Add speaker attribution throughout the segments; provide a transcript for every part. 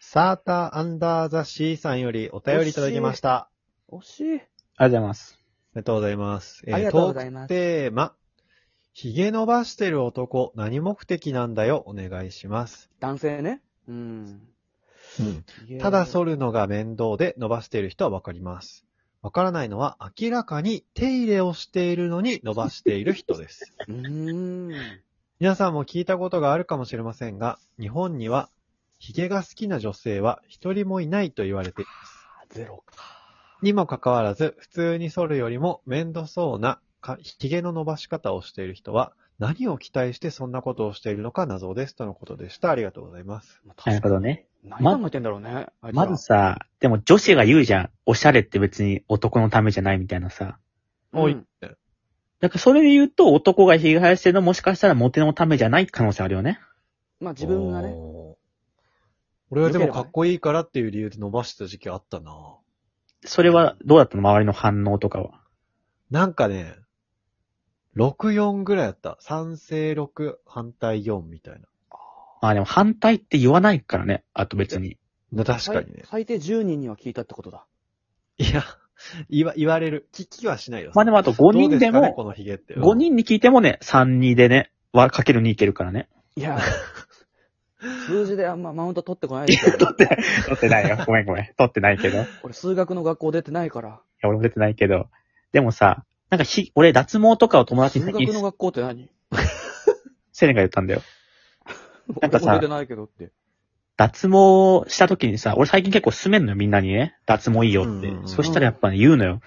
Speaker 1: サーターアンダーザシーさんよりお便りいただきました。
Speaker 2: 惜しい。
Speaker 3: ありがとうございます。
Speaker 1: ありがとうございます。え
Speaker 2: ありがとうござい
Speaker 1: トー
Speaker 2: ま
Speaker 1: ク
Speaker 2: す
Speaker 1: テーマ。ひげ伸ばしてる男、何目的なんだよ、お願いします。
Speaker 2: 男性ね。うん。
Speaker 1: ただ剃
Speaker 2: れ。
Speaker 1: るのが面倒で伸ばしてる人はわかります。わからないのは明らかに手入れをしているのに伸ばしている人 です。
Speaker 2: うーん。
Speaker 1: 皆さんも聞いたことがあるかもしれませんが、日本にはヒゲが好きな女性は一人もいないと言われています。
Speaker 2: ゼロか。
Speaker 1: にもかかわらず、普通に剃るよりも面倒そうなかヒゲの伸ばし方をしている人は、何を期待してそんなことをしているのか謎ですとのことでした。ありがとうございます。
Speaker 3: なるほどね。
Speaker 2: 何考えてんだろうね。あいつら
Speaker 3: まずさ、でも女子が言うじゃん。おしゃれって別に男のためじゃないみたいなさ。
Speaker 2: うん
Speaker 1: おい
Speaker 3: だからそれで言うと男がひげ生やしてるのもしかしたらモテのためじゃない可能性あるよね。
Speaker 2: まあ自分がね。
Speaker 1: おー。俺はでもかっこいいからっていう理由で伸ばしてた時期あったな。
Speaker 3: それはどうだったの周りの反応とかは。
Speaker 1: なんかね、64ぐらいやった。賛成6、反対4みたい
Speaker 3: まあでも反対って言わないからね。あと別に。
Speaker 1: な。確かにね。
Speaker 2: 最最低10人には聞いたってことだ。
Speaker 1: いや、言わ、言われる。聞きはしないよ。
Speaker 3: まあでもあと
Speaker 1: ど
Speaker 3: 5人
Speaker 1: うす
Speaker 3: で
Speaker 1: かね、こ
Speaker 3: も、
Speaker 1: のヒゲって。
Speaker 3: 5人に聞いてもね、3、2でね、わかける2いけるからね。
Speaker 2: い や、数字であんまマウント取ってこないです
Speaker 3: 取ってない。取ってないよ。ごめんごめん。取ってないけど。いや、
Speaker 2: 俺数学の学校出てないから。
Speaker 3: 俺も出てないけど。でもさ、なんかひ、俺脱毛とかを友達
Speaker 2: 数
Speaker 3: に
Speaker 2: 学の学校って何
Speaker 3: セレンが言ったんだよ。なんかさ
Speaker 2: 俺出てないけどって。
Speaker 3: 脱毛した時にさ、俺最近結構勧めんのよ、みんなにね。脱毛いいよって。
Speaker 1: うんうんうん
Speaker 3: そしたらやっぱね、言うのよ。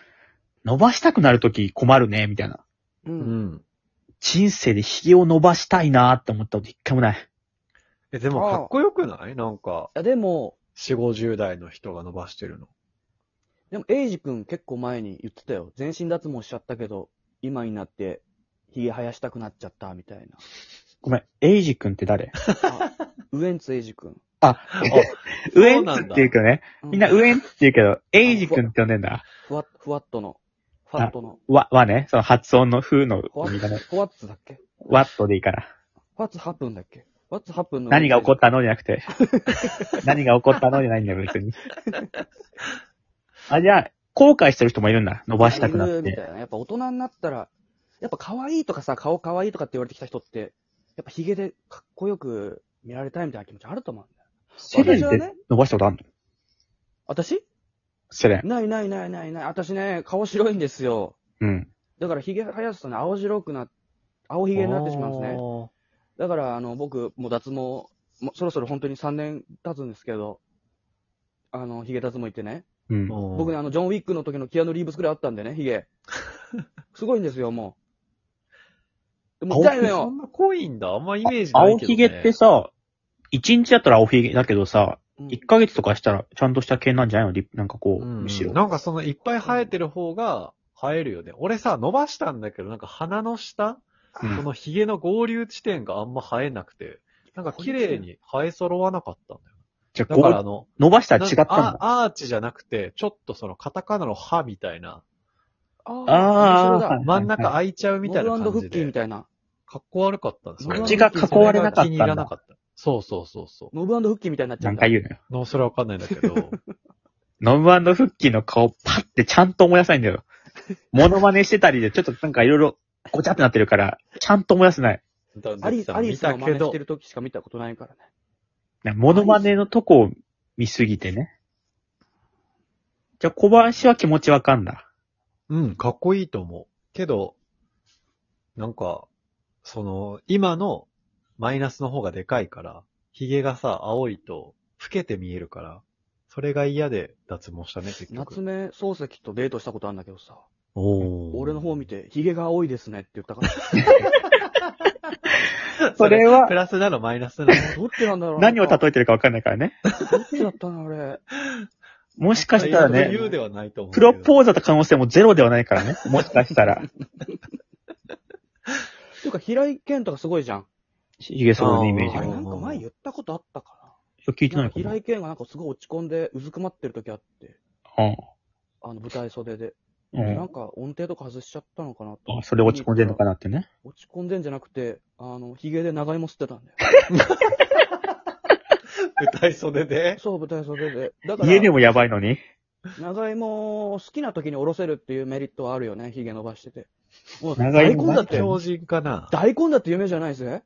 Speaker 3: 伸ばしたくなる時困るね、みたいな。
Speaker 2: う。
Speaker 1: うんん。
Speaker 3: 人生で髭を伸ばしたいなーって思ったこと一回もない。
Speaker 1: え、でもかっこよくないなんか、
Speaker 2: いやでも、
Speaker 1: 4、50代の人が伸ばしてるの。
Speaker 2: でも、エイジ君結構前に言ってたよ。全身脱毛しちゃったけど、今になって、髭生やしたくなっちゃった、みたいな。
Speaker 3: ごめん、エイジ君っ て誰
Speaker 2: あウエンツエイジ君。
Speaker 3: ウ
Speaker 1: そ
Speaker 3: エ
Speaker 1: う
Speaker 3: ンツ
Speaker 1: な
Speaker 3: っ
Speaker 1: んだ
Speaker 3: て言うけどね。
Speaker 2: う
Speaker 3: みんなウエンツって言うけど、エイジ君って呼んでんだ。
Speaker 2: ふわ、ふわっとの。ふわっとの。
Speaker 3: わ、わね。その発音の風の
Speaker 2: ふわ
Speaker 3: みんなね。
Speaker 2: ふわっつだっけ
Speaker 3: ワットでいいから。
Speaker 2: ふわっつハプンだっけふわっつハプンの。
Speaker 3: 何が起こったのじゃな くて。何が起こったのじゃないんだよ、別に。あ、じゃあ、後悔してる人もいるんだ。伸ばしたくなっ
Speaker 2: いるみ
Speaker 3: て。
Speaker 2: たいな。やっぱ大人になったら、やっぱ可愛いとかさ、顔可愛いとかって言われてきた人って、やっぱ髭でかっこよく見られたいみたいな気持ちあると思うんだよ。
Speaker 3: セレンっ
Speaker 2: 私はね
Speaker 3: て伸ばしたことあんの
Speaker 2: 私
Speaker 3: セレン。
Speaker 2: ないないないないない。私ね、顔白いんですよ。
Speaker 3: うん。
Speaker 2: だから、ヒゲ生やすとね、青白くな、青ひげになってしまうんですね。だから、あの、僕、もう脱毛、もうそろそろ本当に3年経つんですけど、あの、ヒゲ脱毛行ってね。
Speaker 3: うん。
Speaker 2: 僕ね、あの、ジョン・ウィックの時のキアヌ・リーブスくらいあったんでね、ヒゲ。すごいんですよ、もう。もう痛いの
Speaker 1: そ
Speaker 2: よ。
Speaker 1: んな濃いんだ。あんまイメージないけど、ね。
Speaker 3: 青ひげってさ、一日だったら青ひげだけど
Speaker 2: う
Speaker 3: さ、
Speaker 2: ん
Speaker 3: 一ヶ月とかしたらちゃんとした毛なんじゃないのリなんかこう、
Speaker 1: うん
Speaker 3: むしろ。
Speaker 1: なんかそのいっぱい生えてる方が生えるよね。俺さ、伸ばしたんだけど、なんか鼻の下、
Speaker 3: う
Speaker 1: こ
Speaker 3: ん
Speaker 1: のヒゲの合流地点があんま生えなくて、なんか綺麗に生え揃わなかったんだよ。
Speaker 3: じゃ
Speaker 1: だ
Speaker 3: あ
Speaker 1: からあ
Speaker 3: こ
Speaker 1: の、
Speaker 3: う、伸ばしたら違った
Speaker 1: な
Speaker 3: ん
Speaker 1: んか
Speaker 3: だ。
Speaker 1: あアーチじゃなくて、ちょっとそのカタカナの歯みたいな、
Speaker 2: あー面
Speaker 3: あー
Speaker 2: 白い
Speaker 3: はい
Speaker 2: だ。
Speaker 1: 真ん中開いちゃうみたいな
Speaker 2: モブ
Speaker 1: 感
Speaker 2: フ
Speaker 1: じ
Speaker 2: ッキーみ
Speaker 1: で、
Speaker 2: たいな。
Speaker 1: かっこ悪かったんですよ。
Speaker 2: モブ
Speaker 3: 口が囲われなかっ
Speaker 1: 気
Speaker 3: たん
Speaker 1: に入らな
Speaker 3: だ。
Speaker 1: かった。そうそうそうそ
Speaker 2: モブフッキーみたいになっちゃうん
Speaker 3: 何
Speaker 2: だ
Speaker 3: 回。言うのよ。
Speaker 1: う。のそれはわかんないんだけ ど。
Speaker 3: ノブフッキーの顔パッてちゃんと思い出せないん だよ。モノマネしてたりで、ちょっとなんかいろいろごちゃってなってるから、ちゃんと思い出せない。
Speaker 2: アリス、アリスの
Speaker 1: 見
Speaker 2: 真
Speaker 1: たけ
Speaker 2: 似し
Speaker 1: ど
Speaker 2: てる時しか見たことないからね。
Speaker 3: なんかモノマネのとこを見すぎてね。じゃあ小林は気持ちわかんだ。
Speaker 1: うん、かっこいいと思う。けど、なんか、その、今のマイナスの方がでかいから、ヒゲがさ、青いと、老けて見えるから、それが嫌で脱毛したね、結局。
Speaker 2: 夏目漱石とデートしたことあるんだけどさ、
Speaker 1: お
Speaker 2: 俺の 方見て、ヒゲが青いですねって言ったから、
Speaker 1: た
Speaker 3: それは
Speaker 1: プラスなの、マイナスなの。
Speaker 2: どっちなんだろうな
Speaker 3: 何を例えてるかわかんないからね。
Speaker 2: どっちだったのあれ。
Speaker 3: もしかした
Speaker 1: そ
Speaker 3: ら
Speaker 1: ういう
Speaker 3: ね
Speaker 1: こと、言うではないと思うけ
Speaker 3: プ
Speaker 1: ど。
Speaker 3: ロポーズだった可能性もゼロではないからね。もしかしたら。
Speaker 2: ていうか、平井健とかすごいじゃん。
Speaker 3: ヒゲそうのイメージ
Speaker 2: あ
Speaker 1: う
Speaker 2: れ
Speaker 1: ん
Speaker 3: が。
Speaker 2: なんか前言ったことあったかな。
Speaker 3: 聞いてない
Speaker 2: んか
Speaker 3: かな
Speaker 2: 平井健がなんかすごい落ち込んで、うずくまってる時あって、あの舞台袖で。
Speaker 3: うん。う。
Speaker 2: なんんか音程とか外しちゃったのかなと。
Speaker 3: あ、それ落ち込んでんのかなってね。
Speaker 2: 落ち込んでんじゃなくて、あの、ヒゲで長芋吸ってたんだよ。
Speaker 1: 舞台袖で
Speaker 2: そう、舞台袖で。だから、
Speaker 3: 家でもやばいのに。
Speaker 2: 長芋を好きな時におろせるっていうメリットはあるよね、ヒゲ伸ばしてて。もう
Speaker 3: 長
Speaker 2: 大
Speaker 3: 芋
Speaker 2: 根だって、
Speaker 1: 強靭かな
Speaker 2: 大根だって夢じゃないぜ。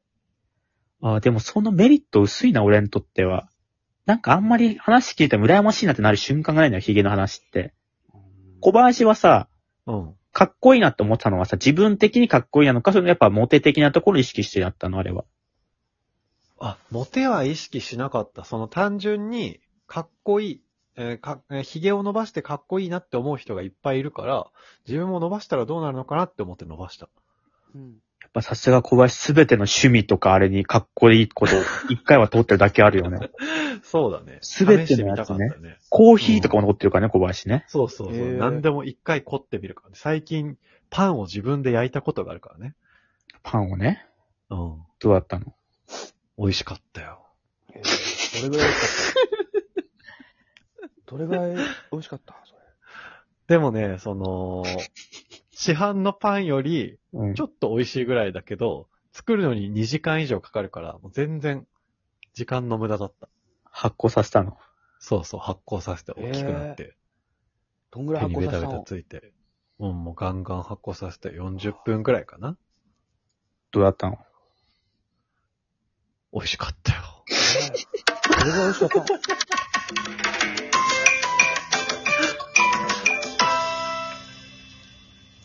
Speaker 3: あーでもそのメリット薄いな、俺にとっては。なんかあんまり話聞いても羨ましいなってなる瞬間がないのよ、ヒゲの話って。小林はさ、
Speaker 1: うん。
Speaker 3: かっこいいなって思ったのはさ、自分的にかっこいいなのか、それもやっぱモテ的なところを意識してやったの、あれは。
Speaker 1: あ、モテは意識しなかった。その単純に、かっこいい、えーか、えー髭を伸ばしてかっこいいなって思う人がいっぱいいるから、自分も伸ばしたらどうなるのかなって思って伸ばした。
Speaker 2: うん
Speaker 3: やっぱさすが小林すべての趣味とかあれにかっこいいこと、一回は通ってるだけあるよね。
Speaker 1: そうだね。
Speaker 3: 全
Speaker 1: 試し
Speaker 3: てのやつね
Speaker 1: てみたかったね。
Speaker 3: コーヒーとかも通ってるからね、小林ね。
Speaker 1: そうそうそう。
Speaker 2: へー
Speaker 1: 何でも一回凝ってみるから、ね。最近、パンを自分で焼いたことがあるからね。
Speaker 3: パンをね。
Speaker 1: うん。
Speaker 3: どうだったの
Speaker 1: 美味しかったよ。
Speaker 2: えーどれぐらい美味しかったどれぐらい美味しかったそれ。
Speaker 1: でもね、その、市販のパンより、
Speaker 3: うん
Speaker 1: ち。ょっと美味しいぐらいだけど、作るのに2時間以上かかるから、もう全然、時間の無駄だった。
Speaker 3: 発酵させたの。
Speaker 1: そうそう、発酵させて大きくなって、
Speaker 2: どんぐらい
Speaker 1: 手
Speaker 2: 発
Speaker 1: に
Speaker 2: 酵
Speaker 1: ベ
Speaker 2: させ
Speaker 1: タ
Speaker 2: た
Speaker 1: ベタ
Speaker 2: の
Speaker 1: ついて、うん、もうガンガン発酵させて40分くらいかな。
Speaker 3: どうだったの
Speaker 1: 美味しかったよ。
Speaker 2: えーどれぐらい美味しかったの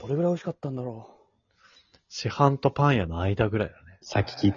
Speaker 2: どれぐらい美味しかったんだろう
Speaker 1: 市販とパン屋の間ぐらいだね。
Speaker 3: さっき聞いたよ